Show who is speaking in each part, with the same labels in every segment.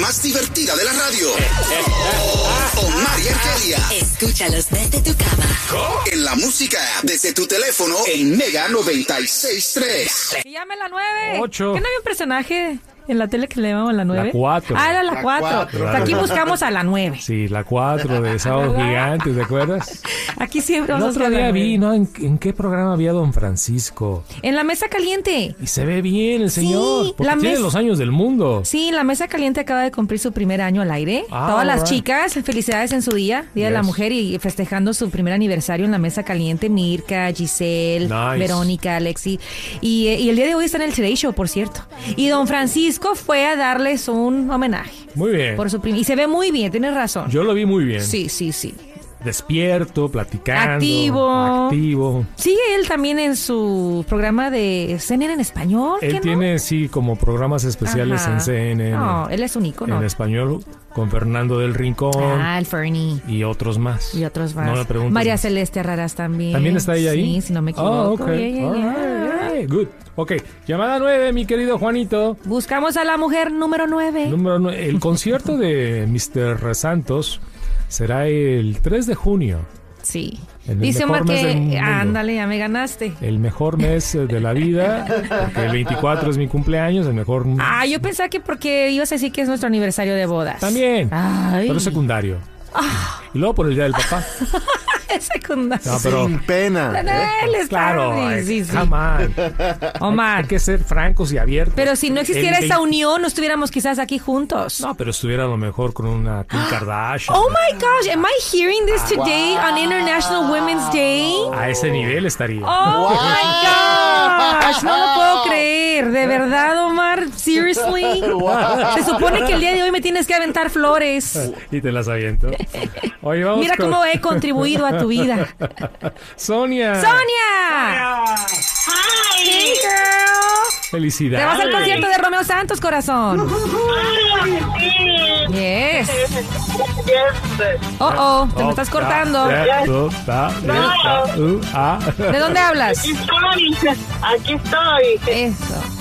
Speaker 1: más divertida de la radio. Omar y Argelia.
Speaker 2: Escúchalos desde tu cama.
Speaker 1: En la música, desde tu teléfono, en Mega 96.3.
Speaker 3: Que llame la 9.
Speaker 4: Ocho.
Speaker 3: ¿Qué no había un personaje en la tele que le llamaban la 9?
Speaker 4: cuatro.
Speaker 3: Ah, era la
Speaker 1: La
Speaker 3: 4.
Speaker 1: cuatro.
Speaker 3: Aquí buscamos a la 9.
Speaker 4: Sí, la 4 de Sábado Gigante, ¿te acuerdas?
Speaker 3: Aquí siempre
Speaker 4: El
Speaker 3: vamos a
Speaker 4: otro
Speaker 3: buscar la
Speaker 4: día
Speaker 3: nueve.
Speaker 4: vi, ¿no? ¿En, en qué programa había Don Francisco?
Speaker 3: En la mesa caliente.
Speaker 4: Y se ve bien el señor, porque
Speaker 3: la
Speaker 4: tiene
Speaker 3: mes-
Speaker 4: los años del mundo.
Speaker 3: Sí, la mesa caliente acaba de cumplir su primer año al aire.
Speaker 4: Ah,
Speaker 3: Todas las
Speaker 4: alright.
Speaker 3: chicas, felicidades en su día, Día de la
Speaker 4: Yes.
Speaker 3: Mujer y festejando su primer aniversario en la mesa caliente. Mirka, Giselle,
Speaker 4: Nice.
Speaker 3: Verónica, Alexi. Y, eh, y el día de hoy está en el Today Show, por cierto. Y don Francisco fue a darles un homenaje.
Speaker 4: Muy bien.
Speaker 3: Por su prim- y se ve muy bien, tienes razón.
Speaker 4: Eh. Yo lo vi muy bien.
Speaker 3: Sí, sí, sí.
Speaker 4: Despierto, platicando.
Speaker 3: Activo.
Speaker 4: Activo.
Speaker 3: Sigue él también en su programa de CNN en español. ¿qué
Speaker 4: Él
Speaker 3: no?
Speaker 4: tiene, sí, como programas especiales
Speaker 3: Ajá.
Speaker 4: en CNN.
Speaker 3: No, él es un ícono.
Speaker 4: En español, con Fernando del Rincón
Speaker 3: Ah, el Fernie.
Speaker 4: y otros más.
Speaker 3: Y otros
Speaker 4: No
Speaker 3: más.
Speaker 4: me preguntes
Speaker 3: María
Speaker 4: más.
Speaker 3: Celeste Raras también.
Speaker 4: ¿También está ella ahí?
Speaker 3: Sí, si no me equivoco.
Speaker 4: Ah, ok.
Speaker 3: Yeah, yeah,
Speaker 4: All
Speaker 3: yeah.
Speaker 4: right, yeah, Good. Ok, llamada 9, mi querido Juanito.
Speaker 3: Buscamos a la mujer número 9.
Speaker 4: Número nue- El concierto de Mr. Santos será el 3 de junio.
Speaker 3: sí.
Speaker 4: En el
Speaker 3: Dice Omar
Speaker 4: mejor mes del
Speaker 3: que,
Speaker 4: mundo.
Speaker 3: ándale, ya me ganaste.
Speaker 4: El mejor mes eh, de la vida, porque el 24 es mi cumpleaños, el mejor... mes.
Speaker 3: Ah, yo pensaba que porque ibas a decir que es nuestro aniversario de bodas.
Speaker 4: También,
Speaker 3: Ay.
Speaker 4: pero es secundario.
Speaker 3: Ah.
Speaker 4: Y luego por el Día del Papá.
Speaker 3: Es secundario.
Speaker 4: No, pero...
Speaker 5: Sin pena.
Speaker 3: Él está-
Speaker 4: Claro,
Speaker 3: sí, sí.
Speaker 4: jamás. Hay
Speaker 3: Omar.
Speaker 4: que ser francos y abiertos.
Speaker 3: Pero si no existiera
Speaker 4: El
Speaker 3: esa
Speaker 4: vein-
Speaker 3: unión, no estuviéramos quizás aquí juntos.
Speaker 4: No, pero estuviera a lo mejor con una Kim Kardashian.
Speaker 3: Oh my gosh, am I hearing this
Speaker 4: Ah,
Speaker 3: today on International Women's Day?
Speaker 4: A ese nivel estaría.
Speaker 3: Oh my gosh, no lo puedo creer, de verdad, Omar, seriously. Se supone que el día de hoy me tienes que aventar flores.
Speaker 4: Y te las aviento. Oye, vamos
Speaker 3: Mira
Speaker 4: con-
Speaker 3: cómo he contribuido a tu vida.
Speaker 4: Sonia.
Speaker 3: Sonia, hey girl.
Speaker 4: Felicidades.
Speaker 3: Te vas al concierto de Romeo Santos, corazón.
Speaker 6: Sí.
Speaker 3: Yes. Oh, oh, te me estás cortando.
Speaker 4: ah.
Speaker 3: ¿De dónde hablas?
Speaker 6: Aquí estoy. Aquí estoy.
Speaker 3: Eso.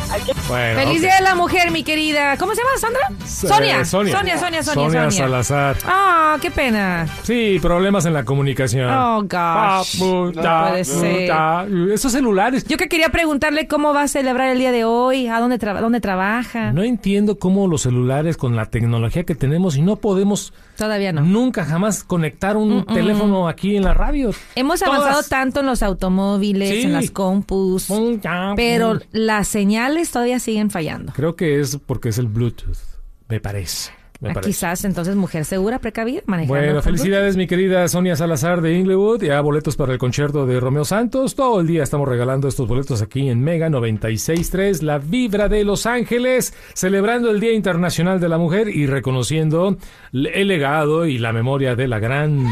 Speaker 4: Bueno,
Speaker 3: Feliz
Speaker 4: ok.
Speaker 3: Día de la Mujer, mi querida. ¿Cómo se llama, Sandra? Sonia.
Speaker 4: Eh, Sonia.
Speaker 3: Sonia, Sonia, Sonia.
Speaker 4: Sonia Salazar.
Speaker 3: Ah, qué pena.
Speaker 4: Sí, problemas en la comunicación.
Speaker 3: Oh, gosh.
Speaker 4: Pa, pu, ta,
Speaker 3: puede
Speaker 4: pu,
Speaker 3: ser.
Speaker 4: ta. Esos celulares.
Speaker 3: Yo que quería preguntarle cómo va a celebrar el día de hoy, a dónde, traba- dónde trabaja.
Speaker 4: No entiendo cómo los celulares con la tecnología que tenemos y no podemos
Speaker 3: Todavía no.
Speaker 4: nunca jamás conectar un teléfono aquí en la radio.
Speaker 3: Mm, Hemos avanzado
Speaker 4: Todas-
Speaker 3: tanto en los automóviles,
Speaker 4: Sí. Mm.
Speaker 3: en las compus,
Speaker 4: Pum, ta, pum.
Speaker 3: pero las señales todavía siguen fallando.
Speaker 4: Creo que es porque es el Bluetooth, me parece. Me
Speaker 3: Ah,
Speaker 4: parece.
Speaker 3: Quizás entonces mujer segura, precavida, manejando.
Speaker 4: Bueno,
Speaker 3: con
Speaker 4: felicidades mi querida Sonia Salazar de Inglewood. Ya boletos para el concierto de Romeo Santos. Todo el día estamos regalando estos boletos aquí en Mega 96.3, la vibra de Los Ángeles, celebrando el Día Internacional de la Mujer y reconociendo l- el legado y la memoria de la gran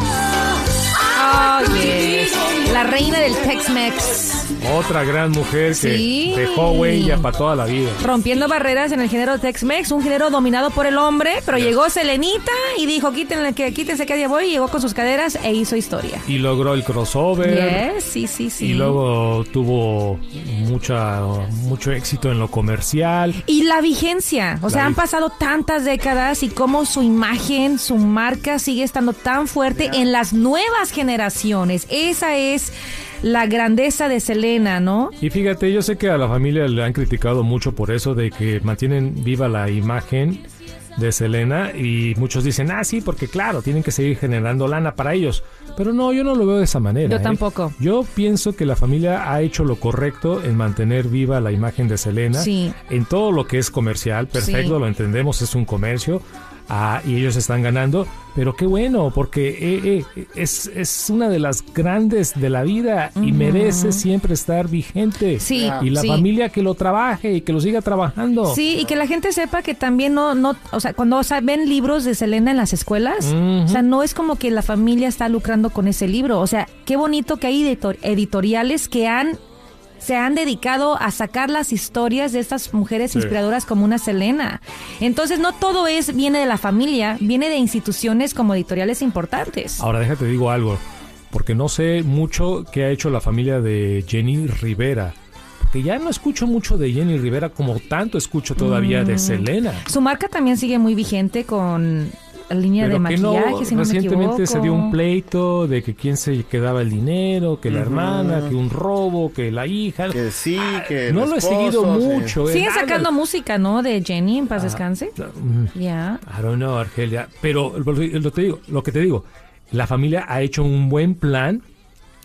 Speaker 3: Bluetooth. Oh, yes. La reina del Tex-Mex,
Speaker 4: otra gran mujer que
Speaker 3: Sí.
Speaker 4: dejó huella para toda la vida.
Speaker 3: rompiendo barreras en el género Tex-Mex, un género dominado por el hombre, pero llegó Selenita y dijo, quítenle que quítense que día voy, y llegó con sus caderas e hizo historia.
Speaker 4: Y logró el crossover.
Speaker 3: Yes, sí, sí, sí.
Speaker 4: Y luego tuvo mucha, mucho éxito en lo comercial.
Speaker 3: Y la vigencia, o sea,
Speaker 4: La
Speaker 3: han
Speaker 4: vi-
Speaker 3: pasado tantas décadas y cómo su imagen, su marca sigue estando tan fuerte en las nuevas generaciones. Esa es la grandeza de Selena, ¿no?
Speaker 4: Y fíjate, yo sé que a la familia le han criticado mucho por eso de que mantienen viva la imagen de Selena y muchos dicen, ah, sí, porque claro, tienen que seguir generando lana para ellos. Pero no, yo no lo veo de esa manera.
Speaker 3: Yo
Speaker 4: ¿eh?
Speaker 3: tampoco.
Speaker 4: Yo pienso que la familia ha hecho lo correcto en mantener viva la imagen de Selena
Speaker 3: Sí.
Speaker 4: en todo lo que es comercial. Perfecto,
Speaker 3: Sí.
Speaker 4: lo entendemos, es un comercio. ah, y ellos están ganando, pero qué bueno, porque eh, eh, es, es una de las grandes de la vida y merece siempre estar vigente.
Speaker 3: Sí,
Speaker 4: Y la
Speaker 3: sí.
Speaker 4: familia que lo trabaje y que lo siga trabajando.
Speaker 3: Sí, y que la gente sepa que también no, no, o sea, cuando o sea, ven libros de Selena en las escuelas, o sea, no es como que la familia está lucrando con ese libro. O sea, qué bonito que hay editor- editoriales que han se han dedicado a sacar las historias de estas mujeres
Speaker 4: Sí.
Speaker 3: inspiradoras como una Selena. Entonces, no todo es viene de la familia, viene de instituciones como editoriales importantes.
Speaker 4: Ahora déjate digo algo, porque no sé mucho qué ha hecho la familia de Jenny Rivera. porque ya no escucho mucho de Jenny Rivera como tanto escucho todavía
Speaker 3: Mm.
Speaker 4: de Selena.
Speaker 3: Su marca también sigue muy vigente con la línea de
Speaker 4: Pero que
Speaker 3: maquillaje,
Speaker 4: no,
Speaker 3: si no me
Speaker 4: recientemente
Speaker 3: equivoco.
Speaker 4: se dio un pleito de que quién se quedaba el dinero, que la hermana, que un robo, que la hija.
Speaker 5: Que sí, que. el
Speaker 4: no lo he
Speaker 5: esposo,
Speaker 4: seguido
Speaker 5: sí.
Speaker 4: mucho. eh.
Speaker 3: Sigue
Speaker 4: Nada. Ah,
Speaker 3: sacando música, ¿no? De Jenny, en paz descanse.
Speaker 4: Mm,
Speaker 3: Ya.
Speaker 4: I don't know, Argelia. Pero lo, lo te digo, lo que te digo, la familia ha hecho un buen plan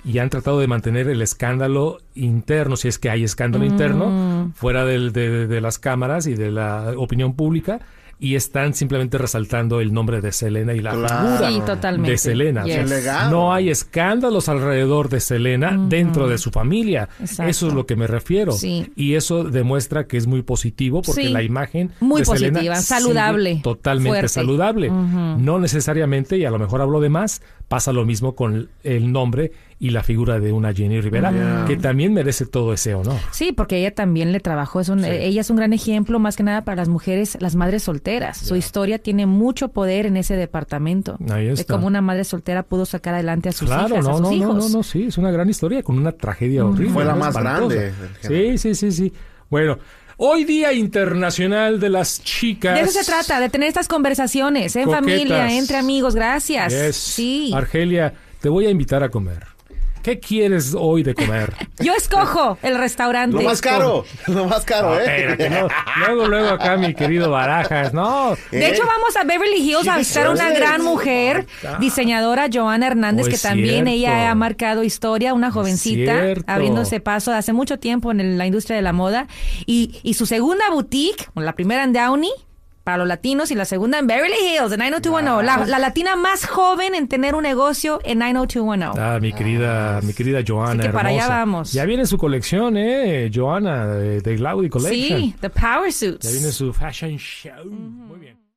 Speaker 4: y han tratado de mantener el escándalo interno, si es que hay escándalo
Speaker 3: Mm.
Speaker 4: interno, fuera del- de, de las cámaras y de la opinión pública. Y están simplemente resaltando el nombre de Selena y la
Speaker 5: Claro.
Speaker 4: figura
Speaker 3: Sí, totalmente.
Speaker 4: de Selena.
Speaker 3: Yes.
Speaker 5: El legado.
Speaker 4: No hay escándalos alrededor de Selena dentro de su familia.
Speaker 3: Exacto.
Speaker 4: Eso es lo que me refiero.
Speaker 3: Sí.
Speaker 4: Y eso demuestra que es muy positivo porque
Speaker 3: Sí.
Speaker 4: la imagen
Speaker 3: Muy
Speaker 4: de Selena
Speaker 3: positiva,
Speaker 4: sigue
Speaker 3: saludable,
Speaker 4: Totalmente
Speaker 3: fuerte.
Speaker 4: saludable. No necesariamente, y a lo mejor hablo de más, pasa lo mismo con el nombre y la figura de una Jenny Rivera, que también merece todo ese honor.
Speaker 3: Sí, porque ella también le trabajó. Es un- eh, Ella es un gran ejemplo, más que nada para las mujeres, las madres solteras. Su historia tiene mucho poder en ese departamento.
Speaker 4: Ahí
Speaker 3: De
Speaker 4: está.
Speaker 3: cómo una madre soltera pudo sacar adelante a sus
Speaker 4: Claro,
Speaker 3: hijas, a
Speaker 4: no,
Speaker 3: sus
Speaker 4: no, no,
Speaker 3: hijos.
Speaker 4: no, no, sí, es una gran historia con una tragedia horrible.
Speaker 5: Fue la
Speaker 4: ¿no?
Speaker 5: más
Speaker 4: Espantosa.
Speaker 5: grande del
Speaker 4: Sí,
Speaker 5: género.
Speaker 4: sí, sí, sí. Bueno, hoy Día Internacional de las Chicas.
Speaker 3: De eso se trata, de tener estas conversaciones ¿eh? en
Speaker 4: Coquetas.
Speaker 3: familia, entre amigos. Gracias.
Speaker 4: Yes.
Speaker 3: Sí.
Speaker 4: Argelia, te voy a invitar a comer. ¿Qué quieres hoy de comer?
Speaker 3: Yo escojo el restaurante.
Speaker 5: Lo más caro, lo más caro,
Speaker 4: Espera, que
Speaker 5: ¿eh?
Speaker 4: no. Luego, luego acá, mi querido Barajas, ¿no.
Speaker 3: De hecho, vamos a Beverly Hills a visitar una gran mujer, diseñadora Joana Hernández,
Speaker 4: Oh,
Speaker 3: que
Speaker 4: es
Speaker 3: también
Speaker 4: cierto.
Speaker 3: ella ha marcado historia, una jovencita
Speaker 4: cierto.
Speaker 3: abriéndose paso hace mucho tiempo en el- la industria de la moda. Y, y su segunda boutique, la primera en Downey, para los latinos, y la segunda en Beverly Hills, en 90210. La, la latina más joven en tener un negocio en 90210.
Speaker 4: Ah, mi querida, mi querida Joana.
Speaker 3: Así que para allá
Speaker 4: hermosa.
Speaker 3: vamos.
Speaker 4: Ya viene su colección, ¿eh? Joana, de, de Glaudi Collection.
Speaker 3: Sí, The Power Suits.
Speaker 4: Ya viene su fashion show. Muy bien.